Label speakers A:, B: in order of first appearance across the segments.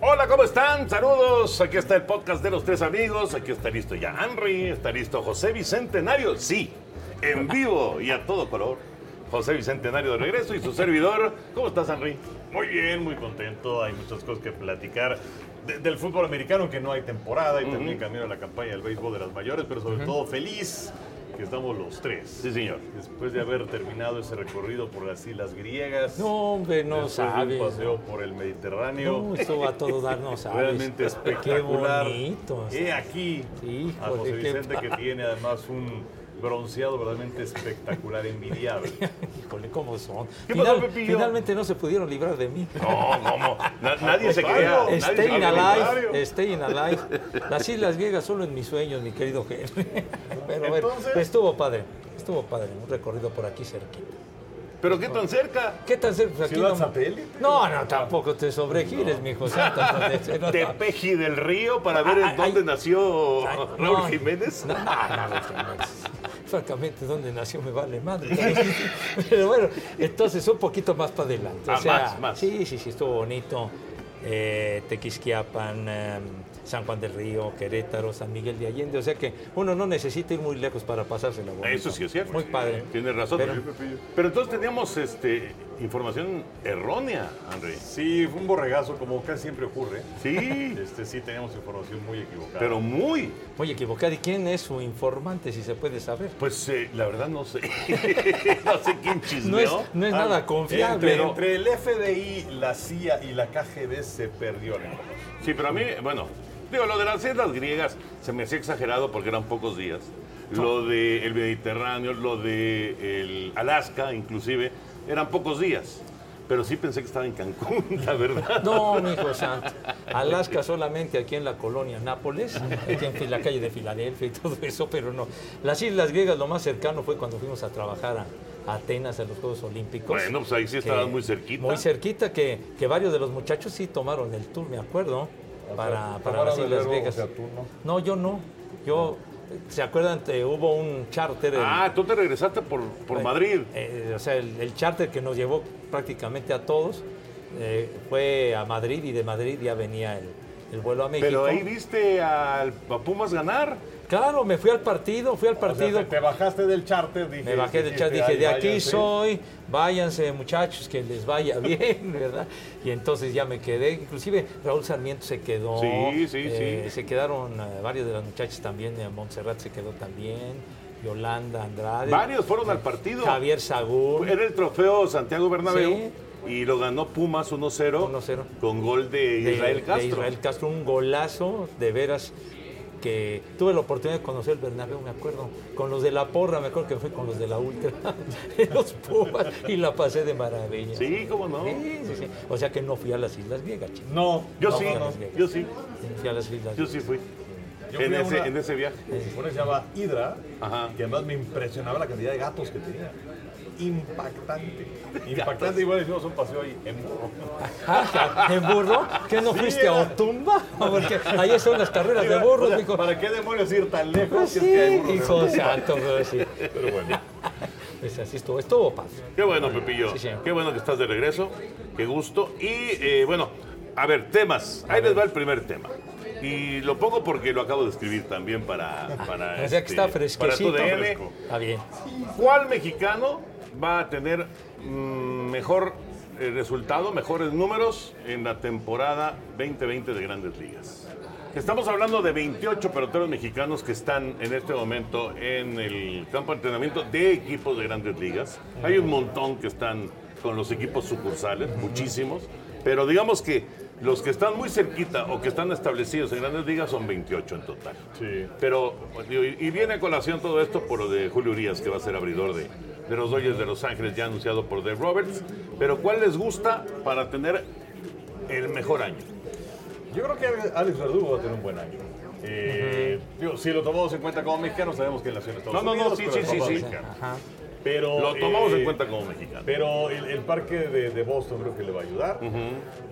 A: Hola, ¿cómo están? Saludos. Aquí está el podcast de los tres amigos. Aquí está listo ya Henry, está listo José Bicentenario. Sí, en vivo y a todo color. José Bicentenario de regreso y su servidor. ¿Cómo estás, Henry?
B: Muy bien, muy contento. Hay muchas cosas que platicar de- del fútbol americano, que no hay temporada y también camino a la campaña del béisbol de las mayores, pero sobre todo feliz que estamos los tres.
A: Sí, señor.
B: Después de haber terminado ese recorrido por las islas griegas,
C: No, hombre, no
B: después de un
C: sabes.
B: paseo por el Mediterráneo,
C: No, esto va a todo dar, no sabes.
B: Realmente espectacular. Eh.
C: Qué bonito.
B: He aquí
C: Híjole,
B: a José
C: qué
B: Vicente que
C: padre.
B: tiene además un bronceado verdaderamente espectacular, envidiable.
C: Híjole, cómo son.
B: ¿Qué
C: Final-
B: pasó, Pepillo?
C: finalmente no se pudieron librar de mí.
B: No, ¿cómo? Na- nadie se
A: Claro.
B: quería. nadie se
C: Staying
B: quería
C: alive,
B: librar.
C: staying alive. Las Islas Griegas solo en mis sueños, mi querido Henry. Pero bueno,
B: Entonces-
C: estuvo padre, estuvo padre, un recorrido por aquí cerquita.
B: Pero qué tan cerca.
C: ¿Qué tan cerca? Pues aquí
B: ¿Ciudad
C: no-
B: satélite?
C: No, no, tampoco te sobregires, mijo. santo, no, no, no.
B: Tepeji del Río para ver
C: Ah,
B: en dónde
C: ay.
B: nació
C: Ay,
B: Raúl
C: no,
B: Jiménez.
C: No, no, Raúl Jiménez. Francamente, donde nació me vale madre. Pero bueno, entonces un poquito más para adelante.
B: Ah, más, más.
C: Sí, sí, sí, estuvo bonito. Eh, Tequisquiapan, em, San Juan del Río, Querétaro, San Miguel de Allende. O sea que uno no necesita ir muy lejos para pasársela bonito.
B: Eso sí es cierto.
C: Muy padre.
B: Tienes razón.
C: Pero-
B: Pero, entonces teníamos este, información errónea, André. Sí, fue un borregazo, como casi siempre ocurre.
A: Sí,
B: Este, sí, teníamos información muy equivocada.
A: pero muy.
C: Muy equivocado. ¿Y quién es su informante, si se puede saber?
B: pues eh, la verdad no sé. no sé quién
C: No
B: chismeó.
C: es, no es
B: Ah,
C: nada confiable.
B: pero-
A: el FDI, la CIA y la KGB se perdió
B: Sí, pero a mí, bueno, digo, lo de las islas griegas se me hacía exagerado porque eran pocos días. Lo del el Mediterráneo, lo de el Alaska, inclusive, eran pocos días. Pero sí pensé que estaba en Cancún, la verdad.
C: No, mi hijo santo. Alaska solamente aquí en la colonia Nápoles, aquí en fi- la calle de Filadelfia y todo eso, pero no. Las Islas Griegas lo más cercano fue cuando fuimos a trabajar a Atenas, a los Juegos Olímpicos.
B: Bueno, pues ahí sí estaban
C: que-
B: muy cerquita.
C: Muy cerquita, que, que varios de los muchachos sí tomaron el tour, me acuerdo, para, para las Islas Griegas. no? yo no. Yo, ¿se acuerdan? Te- hubo un charter. el-
B: Ah, tú te regresaste por, por Madrid.
C: eh, o sea, el, el charter que nos llevó prácticamente a todos eh, fue a Madrid y de Madrid ya venía el, el vuelo a México.
B: Pero ahí viste al a Pumas ganar.
C: Claro, me fui al partido, fui al partido.
A: bajaste del charter, dije.
C: me bajé del chat, dije, de
B: ¿eh?
C: aquí soy, váyanse muchachos, que les vaya bien, ¿verdad? Y entonces ya me quedé, inclusive Raúl Sarmiento se quedó.
B: Sí, sí, sí.
C: Se quedaron eh, varios de las muchachas también, eh, Montserrat se quedó también, Yolanda Andrade. eh,
B: Varios fueron al partido.
C: Javier Sagún.
B: Era el trofeo Santiago Bernabéu y lo ganó Pumas 1-0
C: 1-0.
B: con gol de
C: de-
B: Israel
C: de
B: Castro.
C: Israel Castro, un golazo de veras que tuve la oportunidad de conocer el Bernabéu, me acuerdo, con los de la porra, me acuerdo que fue con los de la ultra, los Pumas, y la pasé de maravilla.
D: Sí, cómo no.
C: Sí, sí, sí. O sea que no fui a las Islas Griegas, chico.
D: No, yo
C: No,
D: sí,
C: no, no.
D: yo sí,
C: Fui a las Islas
D: yo sí fui.
B: Yo
D: en,
B: fui a
D: ese,
B: una-
D: en ese viaje.
B: Una que se llama Hydra,
D: Ajá.
B: que además me impresionaba la cantidad de gatos que tenía. Impactante. Impactante. Igual hicimos un paseo ahí en burro.
C: Ah, ¿En burro? ¿Qué no
B: Sí,
C: fuiste a
B: era-
C: Otumba? Porque ahí son las carreras de burros,
B: O sea,
C: mijo.
B: ¿Para qué demonios ir tan lejos
C: Pues
B: si es que hay
C: sí,
B: burros?
C: hijo santo, pues sí.
B: Pero bueno.
C: Pues así estuvo, estuvo padre.
D: Qué bueno, Pepillo.
C: Sí, señor.
D: Qué bueno que estás de regreso. Qué gusto. Y eh, bueno, a ver, temas. Ahí les va el primer tema. Y lo pongo porque lo acabo de escribir también para.
C: Ah,
D: para este,
C: O sea que está
D: para tu
C: fresquecito.
D: DN.
C: Está bien.
D: ¿Cuál mexicano va a tener mm, mejor eh, resultado, mejores números en la temporada 2020 de Grandes Ligas? Estamos hablando de 28 peloteros mexicanos que están en este momento en el campo de entrenamiento de equipos de Grandes Ligas. Hay un montón que están con los equipos sucursales, muchísimos, pero digamos que los que están muy cerquita o que están establecidos en Grandes Ligas son 28 en total.
B: Sí.
D: Pero, digo, y y viene a colación todo esto por lo de Julio Urias, que va a ser abridor de, de los Dodgers de Los Ángeles, ya anunciado por Dave Roberts. Pero, ¿cuál les gusta para tener el mejor año?
B: Yo creo que Alex Verdugo va a tener un buen año. Eh, digo, si lo tomamos en cuenta como mexicano, sabemos que él nació en Estados
D: No, no, no,
B: Unidos.
D: sí,
B: pero
D: sí,
B: es
D: sí,
B: papá
D: sí.
B: mexicano.
C: Ajá.
B: Pero,
D: Lo tomamos
B: eh,
D: en cuenta como mexicano.
B: Pero el, el parque de, de Boston creo que le va a ayudar.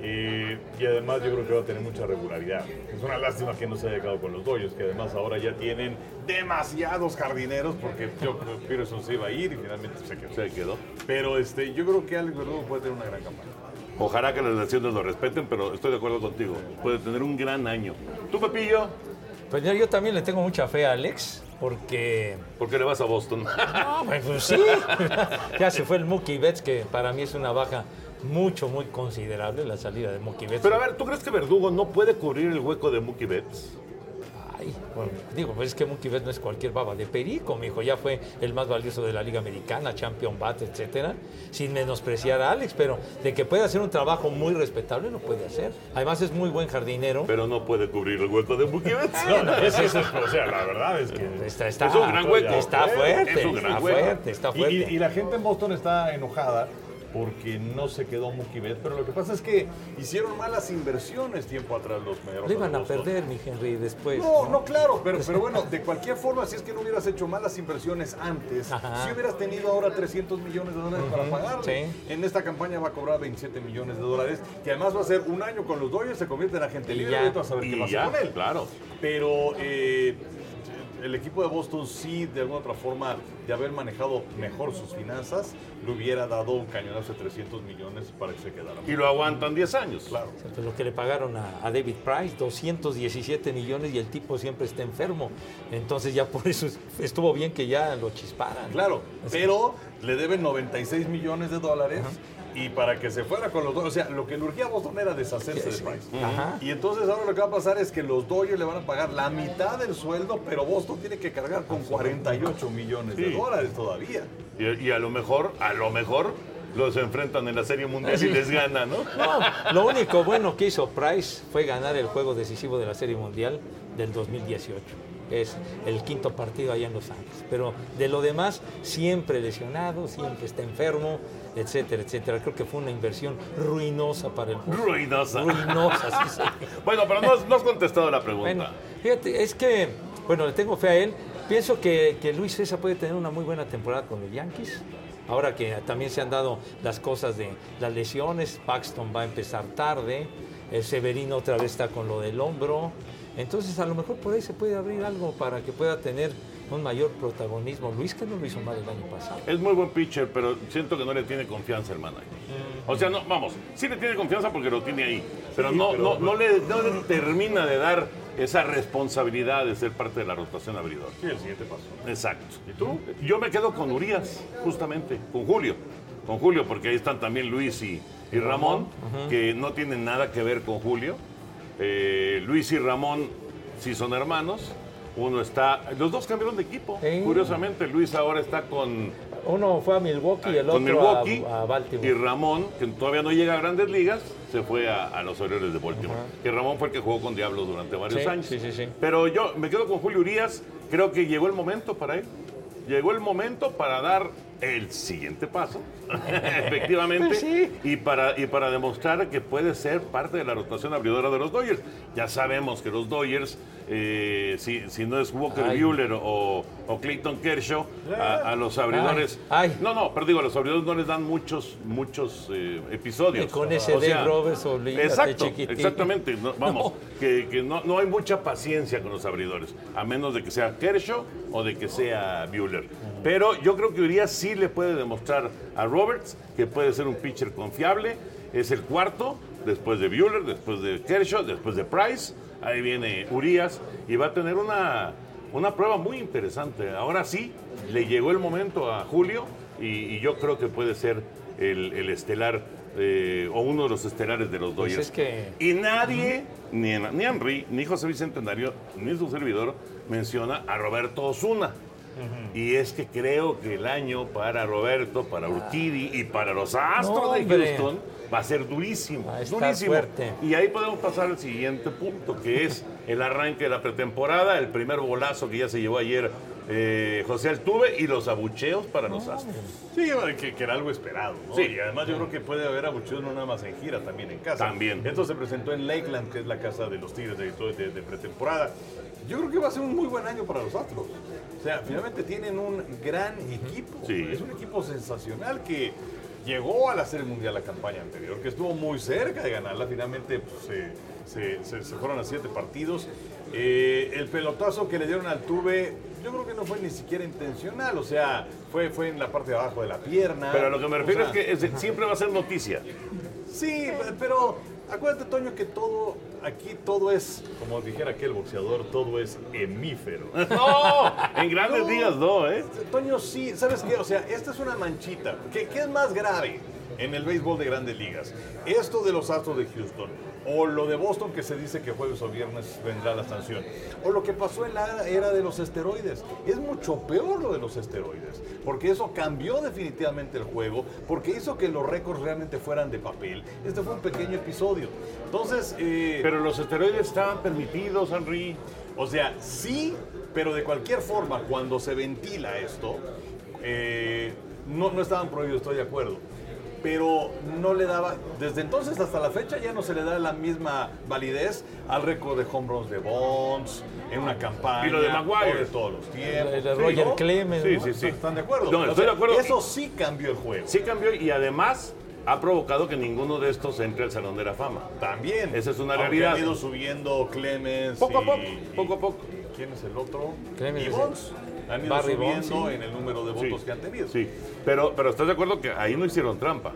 B: Eh, y además yo creo que va a tener mucha regularidad. Es una lástima que no se haya quedado con los Dodgers, que además ahora ya tienen demasiados jardineros porque yo creo que Peterson se iba a ir y finalmente se quedó.
D: Se quedó.
B: Pero este, yo creo que Alex Verdugo puede tener una gran campaña.
D: Ojalá que las naciones lo respeten, pero estoy de acuerdo contigo. Puede tener un gran año. ¿Tú, Pepillo?
C: Pues yo, yo también le tengo mucha fe a Alex, porque.
D: ¿Por qué le vas a Boston?
C: Ah, pues, pues sí. ya se fue el Mookie Betts, que para mí es una baja mucho, muy considerable la salida de Mookie Betts.
D: pero, a ver, ¿tú crees que Verdugo no puede cubrir el hueco de Mookie Betts?
C: Ay, bueno, digo, pues es que Mookie Betts no es cualquier baba de perico, mijo. Ya fue el más valioso de la Liga Americana, Champion Bat, etcétera. Sin menospreciar a Alex, pero de que puede hacer un trabajo muy respetable, lo puede hacer. Además, es muy buen jardinero.
D: Pero no puede cubrir el hueco de Mookie Betts.
B: No, no, es eso. O sea, la verdad es que...
C: Está, está-
D: Es un gran hueco.
C: Está fuerte,
D: Es un gran
C: está
D: hueco.
C: fuerte, está
B: Y,
C: fuerte.
B: y- y la gente en Boston está enojada porque no se quedó Mookie Betts, pero lo que pasa es que hicieron malas inversiones tiempo atrás los Mediarrojas
C: Lo iban
B: de
C: a
B: Boston.
C: perder, mi Henry, después.
B: No, no, claro, pero, pero bueno, de cualquier forma, si es que no hubieras hecho malas inversiones antes,
C: Ajá.
B: si hubieras tenido ahora 300 millones de dólares para pagarle,
C: sí.
B: en esta campaña va a cobrar 27 millones de dólares, que además va a ser un año con los Dodgers, se convierte en agente
C: Y
B: libre,
C: ya.
B: vete a saber qué
D: Y
B: pasa
D: ya,
B: con él.
D: claro.
B: Pero eh, el equipo de Boston sí, de alguna otra forma, de haber manejado mejor sus finanzas, le hubiera dado un cañonazo de 300 millones para que se quedara.
D: Y lo aguantan 10 años.
B: Claro.
C: Pues Lo que le pagaron a, a David Price, 217 millones y el tipo siempre está enfermo. Entonces ya por eso es- estuvo bien que ya lo chisparan.
B: Claro, pero le deben 96 millones de dólares y para que se fuera con los Dodgers, o sea, lo que le urgía a Boston era deshacerse de Price.
C: Ajá.
B: Y entonces ahora lo que va a pasar es que los Dodgers le van a pagar la mitad del sueldo, pero Boston tiene que cargar con 48 millones de
D: Sí.
B: dólares todavía.
D: Y, y a lo mejor, a lo mejor, los enfrentan en la Serie Mundial
C: Sí.
D: y les gana, ¿no?
C: No, lo único bueno que hizo Price fue ganar el juego decisivo de la Serie Mundial del 2018. Es el quinto partido allá en Los Ángeles. Pero de lo demás, siempre lesionado, siempre está enfermo, etcétera, etcétera. Creo que fue una inversión ruinosa para el juego.
D: Ruinosa.
C: Ruinosa, sí, sí.
D: Bueno, pero no, has- no has contestado la
C: Bueno,
D: pregunta.
C: fíjate, es que, bueno, le tengo fe a él. Pienso que, que Luis César puede tener una muy buena temporada con los Yankees. Ahora que también se han dado las cosas de las lesiones, Paxton va a empezar tarde, el Severino otra vez está con lo del hombro. Entonces, a lo mejor por ahí se puede abrir algo para que pueda tener un mayor protagonismo. Luis, que no lo hizo mal el año pasado.
D: Es muy buen pitcher, pero siento que no le tiene confianza el manager. O sea, no, vamos, sí le tiene confianza porque lo tiene ahí, pero, no, no, no, le, no le termina de dar esa responsabilidad de ser parte de la rotación abridor.
B: Sí, el siguiente paso.
D: Exacto. ¿Y tú? Yo me quedo con Urias, justamente, con Julio. Con Julio, porque ahí están también Luis y, y Ramón, que no tienen nada que ver con Julio. Eh, Luis y Ramón sí son hermanos, Uno está. Los dos cambiaron de equipo.
C: Sí.
D: Curiosamente, Luis ahora está con,
C: Uno fue a Milwaukee y el otro
D: Ah, con Milwaukee.
C: a, a Baltimore.
D: y Ramón, que todavía no llega a grandes ligas, se fue a, a los Orioles de Baltimore. Que Ramón fue el que jugó con Diablos durante varios
C: Sí,
D: años.
C: sí, sí, sí.
D: Pero yo me quedo con Julio Urias. Creo que llegó el momento para él. Llegó el momento para dar el siguiente paso, efectivamente,
C: Pues sí.
D: y, para, y para demostrar que puede ser parte de la rotación abridora de los Dodgers. Ya sabemos que los Dodgers, eh, si, si no es Walker
C: Ay.
D: Buehler o, o Clayton Kershaw, a, a los abridores.
C: Ay, ay.
D: No, no, pero digo, a los abridores no les dan muchos, muchos eh, episodios.
C: Y con ese
D: O sea,
C: Dave Roberts, olvídate,
D: Exacto,
C: chiquitín.
D: exactamente. no, vamos,
C: No.
D: que, que no, no hay mucha paciencia con los abridores, a menos de que sea Kershaw o de que sea Bueller. Pero yo creo que Urias sí le puede demostrar a Roberts que puede ser un pitcher confiable. Es el cuarto, después de Bueller, después de Kershaw, después de Price. Ahí viene Urias y va a tener una, una prueba muy interesante. Ahora sí, le llegó el momento a Julio y, y yo creo que puede ser el, el estelar eh, o uno de los estelares de los Dodgers.
C: Pues es que-
D: Y nadie, ni, en- ni Henry, ni José Bicentenario, ni su servidor menciona a Roberto Osuna. Y es que creo que el año para Roberto, para Urquidi y para los Astros de
C: hombre.
D: Houston va a ser durísimo.
C: Va a estar
D: durísimo.
C: fuerte.
D: Y ahí podemos pasar al siguiente punto, que es el arranque de la pretemporada, el primer bolazo que ya se llevó ayer eh, José Altuve y los abucheos para los Astros.
B: Sí, que, que era algo esperado, ¿no?
D: Sí.
B: Y además yo creo que puede haber abucheos no nada más en gira, también en casa.
D: También.
B: Esto se presentó en Lakeland, que es la casa de los Tigres de Detroit de, de pretemporada. Yo creo que va a ser un muy buen año para los Astros. O sea, finalmente tienen un gran equipo.
D: Sí.
B: Es un equipo sensacional que llegó a la Serie Mundial la campaña anterior, que estuvo muy cerca de ganarla. Finalmente pues, se, se- se- se fueron a siete partidos. Eh, el pelotazo que le dieron al Tuve, yo creo que no fue ni siquiera intencional. O sea, fue, fue en la parte de abajo de la pierna.
D: Pero a lo que me refiero
B: O sea,
D: es que es de- siempre va a ser noticia.
B: Sí, pero acuérdate, Toño, que todo, aquí todo es, como dijera aquel boxeador, todo es hemífero.
D: No, en grandes
B: No.
D: ligas no, ¿eh?
B: Toño, sí, ¿sabes qué? O sea, esta es una manchita. ¿Qué, qué es más grave en el béisbol de grandes ligas? Esto de los Astros de Houston, o lo de Boston que se dice que jueves o viernes vendrá la sanción, o lo que pasó en la era de los esteroides. Es mucho peor lo de los esteroides, porque eso cambió definitivamente el juego, porque hizo que los récords realmente fueran de papel. Este fue un pequeño episodio. Entonces, eh,
D: Pero los esteroides estaban permitidos, Henry.
B: o sea, sí, pero de cualquier forma, cuando se ventila esto, eh, no, no estaban prohibidos, estoy de acuerdo. Pero no le daba, desde entonces hasta la fecha ya no se le da la misma validez al récord de home runs de Bonds, en una campaña.
D: Y lo de Maguire.
B: o de todos los tiempos.
C: El de Roger
B: ¿no?
C: Clemens,
B: Sí,
C: ¿no?
B: sí, sí. ¿Están de acuerdo?
D: No,
B: O
D: estoy
B: sea,
D: de acuerdo.
B: Eso sí cambió el juego.
D: Sí cambió y además ha provocado que ninguno de estos entre al Salón de la Fama.
B: También.
D: Esa es una
B: Aunque
D: realidad.
B: han ido subiendo Clemens.
D: Poco a
B: y-
D: poco,
B: y-
D: poco a poco.
B: ¿Quién es el otro?
C: Clemens
B: y
C: es
B: Bonds. Han ido
C: Barry Bonds,
B: subiendo
C: sí.
B: en el número de
D: Sí.
B: votos que han tenido.
D: Sí, pero, pero ¿estás de acuerdo que ahí no hicieron trampa?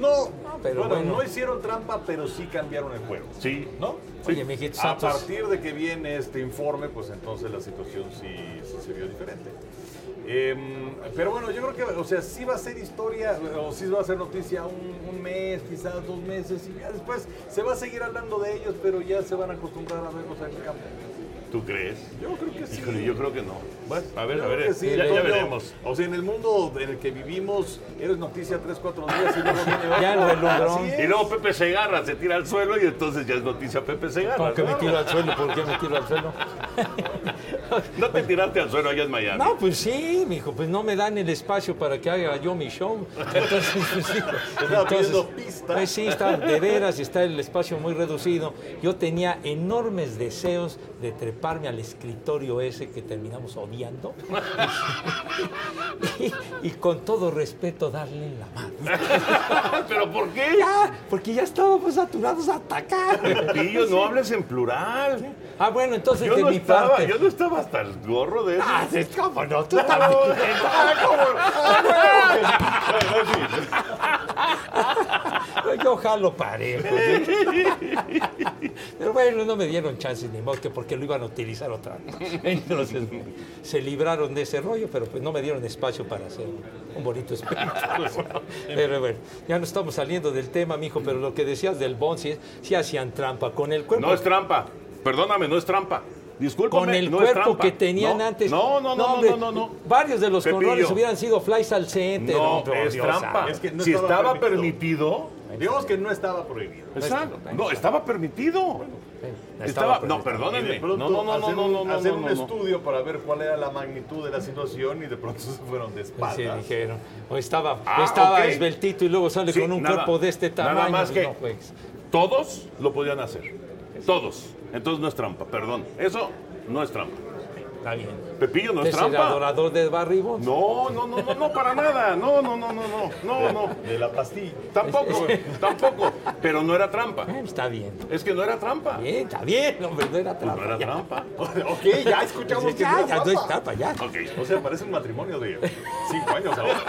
B: No,
C: Ah, pero
B: bueno,
C: bueno.
B: no hicieron trampa, pero sí cambiaron el juego.
D: Sí.
B: ¿No?
C: Oye, mijito
B: A
C: Santos.
B: partir de que viene este informe, pues entonces la situación sí, sí se vio diferente. Em, pero bueno, yo creo que, o sea, sí va a ser historia, o sí va a ser noticia un, un mes, quizás dos meses, y ya después se va a seguir hablando de ellos, pero ya se van a acostumbrar a verlos en el campo.
D: ¿Tú crees?
B: Yo creo que sí.
D: Híjole, yo creo que no. Bueno, a ver,
B: Yo
D: a
B: creo
D: ver,
B: que sí,
D: ya, ya
B: Toño.
D: veremos.
B: O sea, en el mundo en el que vivimos, eres noticia 3, 4 días y luego viene otro.
C: Ya lo relumbró.
B: Así es.
D: Y luego Pepe Segarra se tira al suelo y entonces ya es noticia Pepe Segarra.
C: ¿Por qué me
D: ¿no?
C: tiro al suelo? ¿Por qué me tiro al suelo?
D: No te tiraste al suelo allá en Miami.
C: No, pues sí, mijo, pues no me dan el espacio para que haga yo mi show. Entonces, pues sí.
B: Estaba pidiendo pista.
C: pues sí, está, de veras está el espacio muy reducido. Yo tenía enormes deseos de treparme al escritorio ese que terminamos odiando. Y, y con todo respeto darle en la mano.
D: ¿Pero por qué?
C: Ya, porque ya estábamos saturados a atacar.
D: Pillo, no hables en plural.
C: Ah, bueno, entonces
D: Yo
C: de
D: no,
C: mi
D: estaba,
C: parte.
D: yo no estaba hasta el gorro de eso.
C: Ah, sí, cómo no, tú
D: Ah,
C: también. Yo jalo parejo. Pero bueno, no me dieron chances ni modo que porque lo iban a utilizar otra vez. Entonces se libraron de ese rollo, pero pues no me dieron espacio para hacer un bonito espectáculo. Pero bueno, ya no estamos saliendo del tema, mijo, pero lo que decías del Bon, sí, sí hacían trampa con el cuerpo.
D: No es trampa. Perdóname, no es trampa. Discúlpame,
C: con el
D: no es
C: cuerpo
D: trampa.
C: que tenían
D: No,
C: antes.
D: no, no, no,
C: hombre,
D: no, no, no.
C: Varios de los
D: Pepillo.
C: colores hubieran sido flies al center.
D: No,
C: hombre,
D: es
C: Dios
D: trampa.
C: santo.
B: Es que no
D: si
B: estaba
D: estaba permitido.
B: Digamos que no estaba prohibido.
D: Exacto. No, estaba permitido. Estaba, no,
B: Y
D: perdónenme.
B: de
D: No,
B: pronto
D: no, no, no,
B: hacer
D: no,
B: un,
D: no, no,
B: hacer
D: no,
B: un
D: no.
B: estudio para ver cuál era la magnitud de la situación y de pronto se fueron de espaldas.
C: Pues Sí, dijeron. O estaba,
D: Ah,
C: estaba
D: ok.
C: esbeltito y luego sale
D: Sí,
C: con un
D: nada-
C: cuerpo de este
D: nada
C: tamaño. pues,
D: más que-
C: no juegues.
D: Todos lo podían hacer. Todos. Entonces no es trampa, perdón. Eso no es trampa.
C: Está bien.
D: Pepillo no es
C: ¿Usted será
D: trampa.
C: adorador de Barry Bonds?
D: No, no, no, no, no, para nada. No, no, no, no, no, no, no.
B: De la pastilla.
D: Tampoco, tampoco. Pero no era trampa.
C: Bueno, Eh, está bien.
D: Es que no era trampa.
C: Bien, está bien, hombre, no era trampa.
D: No era
C: ya.
D: trampa.
B: ok, ya escuchamos
C: Pues
B: que
C: ya,
B: no
C: ya
B: era
C: no
B: trampa.
C: es trampa, ya.
D: Ok.
B: O sea, parece un matrimonio de cinco años ahora.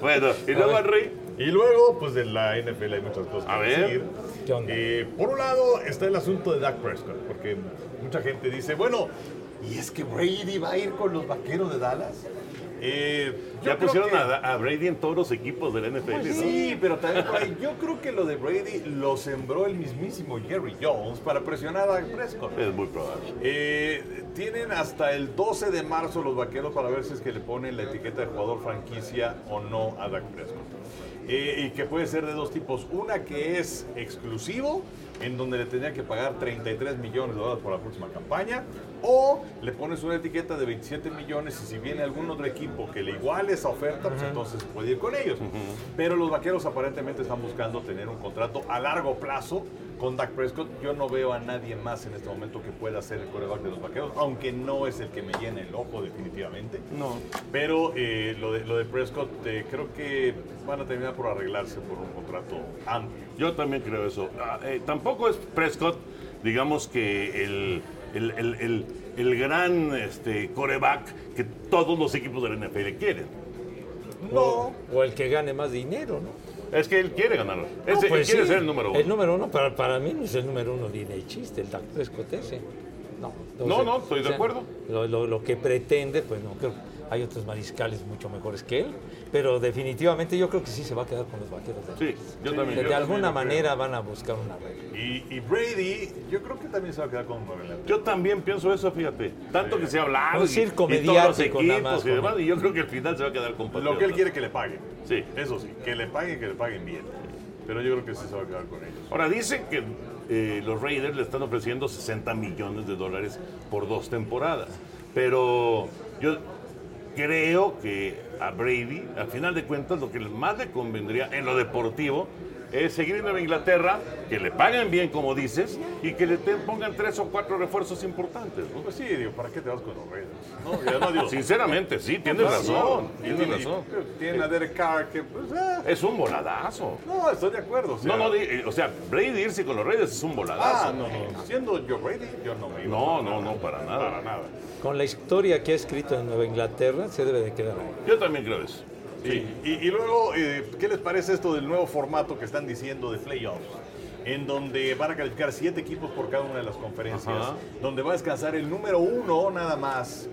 D: Bueno, y
B: Ah.
D: luego el rey.
B: Y luego, pues de la NFL hay muchas cosas
D: A
B: que
D: ver.
B: decir.
C: ¿Qué onda?
B: Eh, por un lado está el asunto de Dak Prescott, porque mucha gente dice, bueno, ¿y es que Brady va a ir con los vaqueros de Dallas? Eh, yo
D: Ya
B: creo
D: pusieron
B: que- Pues
D: a, a Brady en todos los equipos del NFL. ¿no?
B: Sí, pero también por ahí, yo creo que lo de Brady lo sembró el mismísimo Jerry Jones para presionar a Dak Prescott.
D: Es muy probable.
B: Eh, tienen hasta el 12 de marzo los vaqueros para ver si es que le ponen la etiqueta de jugador franquicia o no a Dak Prescott. Eh, y que puede ser de dos tipos. Una que es exclusivo, en donde le tendrían que pagar 33 millones de dólares por la próxima campaña. O le pones una etiqueta de 27 millones y si viene algún otro equipo que le iguale esa oferta, pues entonces puede ir con ellos. Pero los vaqueros aparentemente están buscando tener un contrato a largo plazo con Dak Prescott. Yo no veo a nadie más en este momento que pueda ser el coreback de los vaqueros, aunque no es el que me llena el ojo definitivamente.
D: No.
B: Pero eh, lo, de, lo de Prescott eh, creo que van a terminar por arreglarse por un contrato amplio.
D: Yo también creo eso. Ah, eh, tampoco es Prescott, digamos que el, el- el- el- el gran este, coreback que todos los equipos del NFL quieren.
C: O, o el que gane más dinero, ¿no?
D: Es que él quiere ganar.
C: No,
D: Ese- él
C: pues
D: quiere
C: sí.
D: ser el número uno.
C: El número uno, para, para mí no es el número uno ni de chiste, el Dak Prescott ese. No,
D: No, no, estoy de acuerdo.
C: Lo, lo- lo que pretende, pues no, creo hay otros mariscales mucho mejores que él, pero definitivamente yo creo que sí se va a quedar con los vaqueros. De,
D: Sí, yo
C: de,
D: también.
C: de
D: yo
C: alguna
D: también
C: manera van a buscar una regla.
B: Y, y Brady, yo creo que también se va a quedar con Nueva Inglaterra.
D: creo. Yo también pienso eso, fíjate. Tanto que se ha hablado.
C: Un
D: y-
C: circo
D: y todos los
C: mediático nada
D: equipos
C: más,
D: Y, demás,
C: Juan.
D: y yo creo que al final se va a quedar con
B: Lo
D: Patriotas.
B: que él quiere que le paguen.
D: Sí.
B: Eso sí, que le paguen, que le paguen bien. Pero yo creo que sí se va a quedar con ellos.
D: Ahora dicen que eh, los Raiders le están ofreciendo 60 millones de dólares por dos temporadas. Pero yo creo que a Brady, al final de cuentas, lo que más le convendría en lo deportivo es seguir en Nueva Inglaterra, que le paguen bien, como dices, y que le te- pongan tres o cuatro refuerzos importantes. ¿no?
B: Pues sí, digo, ¿para qué te vas con los Raiders? No, y además digo,
D: Sinceramente, Ah, sí, tienes
B: claro,
D: razón.
B: no,
D: Tienes
B: y-
D: razón.
B: y- Tienen a Derek Carr que, pues, ah,
D: Es un voladazo.
B: no, estoy de acuerdo. o sea,
D: No, no, di- eh, o sea, Brady irse con los Raiders es un
B: Ah,
D: voladazo.
B: no, no. Siendo yo Brady, yo no me iba.
D: No, no, no, para nada.
B: Para nada.
C: Con la historia que ha escrito en Nueva Inglaterra, se debe de quedar ahí.
D: Yo también creo eso.
B: Y, y- y luego, eh, ¿qué les parece esto del nuevo formato que están diciendo de playoffs? En donde van a calificar siete equipos por cada una de las conferencias,
D: Ajá.
B: donde va a descansar el número uno nada más,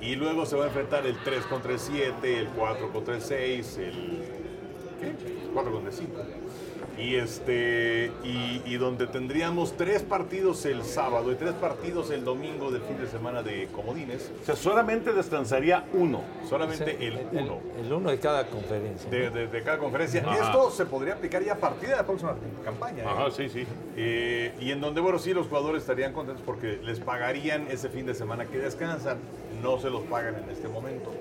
B: y luego se va a enfrentar el 3 contra el 7, el 4 contra el 6, el ¿qué? 4 contra el 5. Y, este, y, y donde tendríamos tres partidos el sábado y tres partidos el domingo del fin de semana de Comodines,
D: O sea, solamente descansaría uno.
B: solamente el
C: El-
B: uno
C: El uno de cada conferencia.
B: de, de- de cada conferencia.
D: Ajá.
B: Esto se podría aplicar ya a partir de la próxima campaña. ¿eh?
D: Ajá, sí, sí.
B: Eh, y en donde, bueno, sí, los jugadores estarían contentos porque les pagarían ese fin de semana que descansan. No se los pagan en este momento.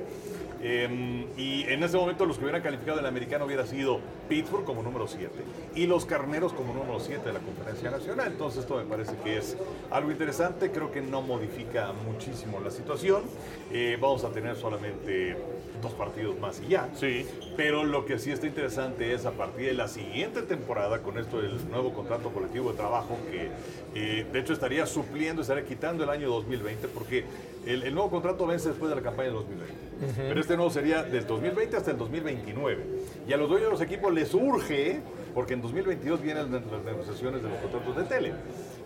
B: Eh, y en ese momento los que hubieran calificado el americano hubiera sido Pittsburgh como número 7 y los carneros como número 7 de la conferencia nacional. Entonces esto me parece que es algo interesante, creo que no modifica muchísimo la situación. Eh, vamos a tener solamente dos partidos más y ya.
D: Sí.
B: Pero lo que sí está interesante es a partir de la siguiente temporada, con esto del nuevo contrato colectivo de trabajo, que eh, de hecho estaría supliendo, estaría quitando el año 2020, porque el, el nuevo contrato vence después de la campaña del 2020. Pero este nuevo sería del 2020 hasta el 2029. Y a los dueños de los equipos les urge, porque en 2022 vienen las las negociaciones de los contratos de tele.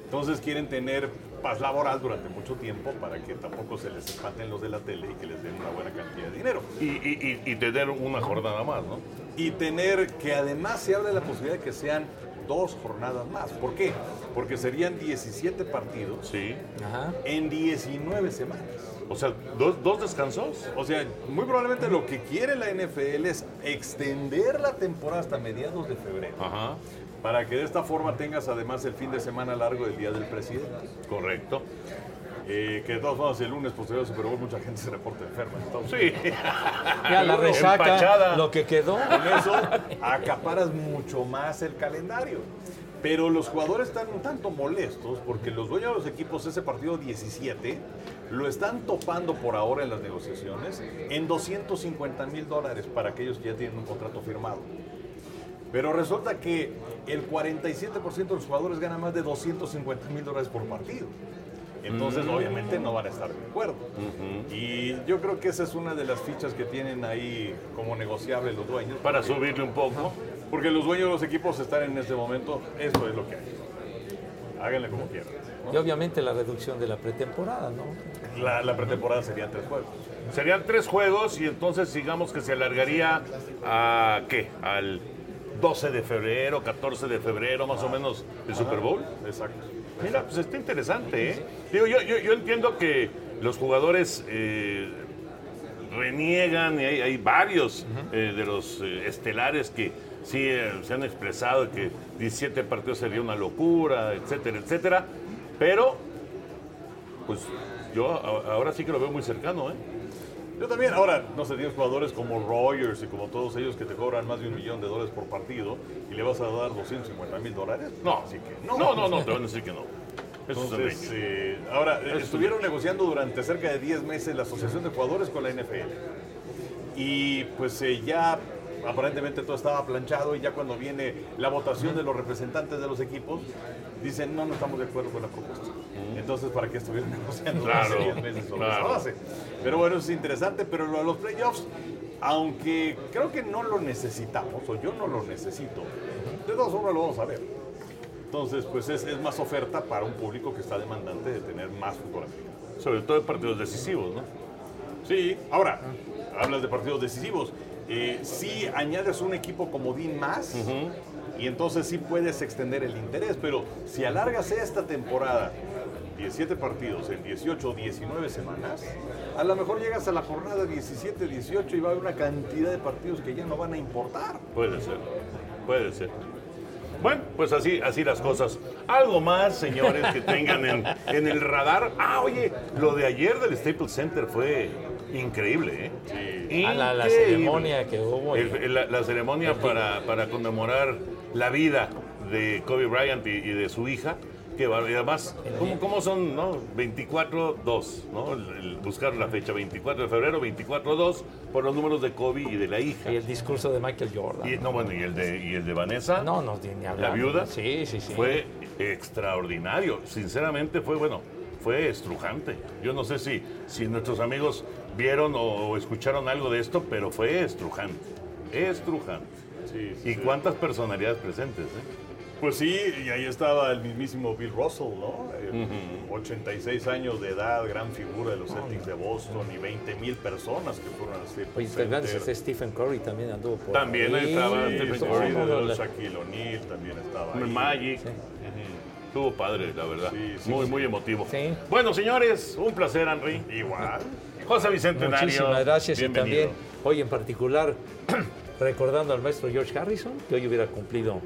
B: Entonces quieren tener paz laboral durante mucho tiempo para que tampoco se les espanten los de la tele y que les den una buena cantidad de dinero
D: Y, y, y, y tener una jornada más, ¿no?
B: y tener que además se habla de la posibilidad de que sean dos jornadas más. ¿Por qué? Porque serían 17 partidos
D: Sí.
C: Ajá.
B: en 19 semanas.
D: O sea, dos, dos descansos.
B: O sea, muy probablemente lo que quiere la NFL es extender la temporada hasta mediados de febrero.
D: Ajá.
B: Para que de esta forma tengas además el fin de semana largo del Día del Presidente.
D: Correcto.
B: Eh, que de todas formas el lunes posterior al Super Bowl mucha gente se reporta enferma. Entonces,
D: Sí.
C: Ya la resaca,
D: Ah, Empachada.
C: lo que quedó.
B: Con eso acaparas mucho más el calendario. Pero los jugadores están un tanto molestos porque los dueños de los equipos, ese partido 17, lo están topando por ahora en las negociaciones en 250 mil dólares para aquellos que ya tienen un contrato firmado. Pero resulta que el 47% de los jugadores gana más de 250 mil dólares por partido.
D: Mm.
B: Entonces, obviamente, no van a estar de acuerdo. Y yo creo que esa es una de las fichas que tienen ahí como negociable los dueños.
D: Para
B: porque-
D: subirle un poco.
B: Porque los dueños de los equipos están en este momento, eso es lo que hay. Háganle como quieran.
C: Y obviamente la reducción de la pretemporada, ¿no?
B: La, la pretemporada sería tres juegos.
D: Serían tres juegos y entonces digamos que se alargaría a qué? Al 12 de febrero, 14 de febrero, más o menos, el Super Bowl.
B: Exacto.
D: Mira, pues está interesante, ¿eh? Digo, yo, yo, yo entiendo que los jugadores eh, reniegan, y hay, hay varios eh, de los eh, estelares que sí eh, se han expresado que 17 partidos sería una locura, etcétera, etcétera. Pero, pues yo a- ahora sí que lo veo muy cercano, ¿eh?
B: Yo también, ahora, no sé, tienes jugadores como Rogers y como todos ellos que te cobran más de un millón de dólares por partido y le vas a dar 250 mil dólares.
D: No,
B: así que
D: no, no, no, te van a decir que no. Eso es un
B: Entonces,
D: hecho.
B: eh, ahora, eh, estuvieron negociando durante cerca de 10 meses la Asociación de Jugadores con la NFL. Y pues eh, ya aparentemente todo estaba planchado y ya cuando viene la votación de los representantes de los equipos, dicen, no, no estamos de acuerdo con la propuesta.
D: Mm.
B: Entonces, ¿para qué estuvieron negociando durante
D: Claro,
B: 10 meses sobre
D: claro.
B: esa base? Pero bueno, eso es interesante, pero lo de los playoffs, aunque creo que no lo necesitamos, o yo no lo necesito, de todas formas lo vamos a ver. Entonces, pues es, es más oferta para un público que está demandante de tener más fútbol americano.
D: Sobre todo en partidos decisivos, ¿no?
B: Sí, ahora, hablas de partidos decisivos. Eh, si añades un equipo comodín más, y entonces sí puedes extender el interés, pero si alargas esta temporada 17 partidos en 18 o 19 semanas, a lo mejor llegas a la jornada 17-18 y va a haber una cantidad de partidos que ya no van a importar.
D: Puede ser, puede ser. Bueno, pues así, así las cosas. Algo más, señores, que tengan en, en el radar. Ah, oye, lo de ayer del Staples Center fue increíble, ¿eh?
C: A la, la
D: Increíble.
C: ceremonia que hubo.
D: El- el- la, la ceremonia para, para conmemorar la vida de Kobe Bryant y, y de su hija. Que va- y además, ¿cómo, cómo son? No? 24-2, ¿no? El- el buscar la fecha 24 de febrero, 24-2, por los números de Kobe y de la hija.
C: y el discurso de Michael Jordan.
D: Y, no, bueno, y el de, y el de Vanessa.
C: No, no, ni hablar.
D: La viuda.
C: Sí, sí, sí.
D: Fue extraordinario. Sinceramente fue, bueno, fue estrujante. Yo no sé si, si nuestros amigos vieron o escucharon algo de esto, pero fue estrujante. Estrujante. y cuántas personalidades presentes, ¿eh?
B: Pues sí, y ahí estaba el mismísimo Bill Russell, ¿no? Eh, 86 años de edad, gran figura de los Celtics de Boston y 20 mil personas que fueron pues, al Staples
C: Oye,
B: Center.
C: Pues, gracias eh, a Stephen Curry también anduvo por
D: También
C: ahí.
D: estaba este
B: Sí,
D: Stephen
B: sí,
C: todo
D: Curry,
C: el
B: de
C: mundo
B: los
C: la-
B: Shaquille O'Neal también estaba ahí.
D: Magic. Estuvo padre, la verdad.
B: Sí, sí,
D: muy,
B: sí.
D: muy emotivo.
C: Sí.
D: Bueno, señores, un placer, Henry. Igual. José Bicentenario.
C: Muchísimas gracias y
D: bienvenido.
C: también hoy en particular recordando al maestro George Harrison, que hoy hubiera cumplido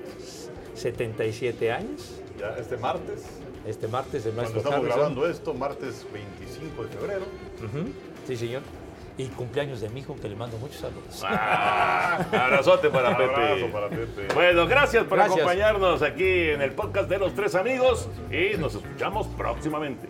C: 77 años.
B: Ya este martes,
C: Este martes el
B: cuando
C: maestro
B: estamos
C: Harrison.
B: grabando esto, martes 25 de febrero.
C: Sí, señor. Y cumpleaños de mi hijo, que le mando muchos saludos.
D: Ah, abrazote para Pepe.
B: Abrazo para Pepe.
D: Bueno, gracias por
C: Gracias.
D: acompañarnos aquí en el podcast de los tres amigos y nos escuchamos próximamente.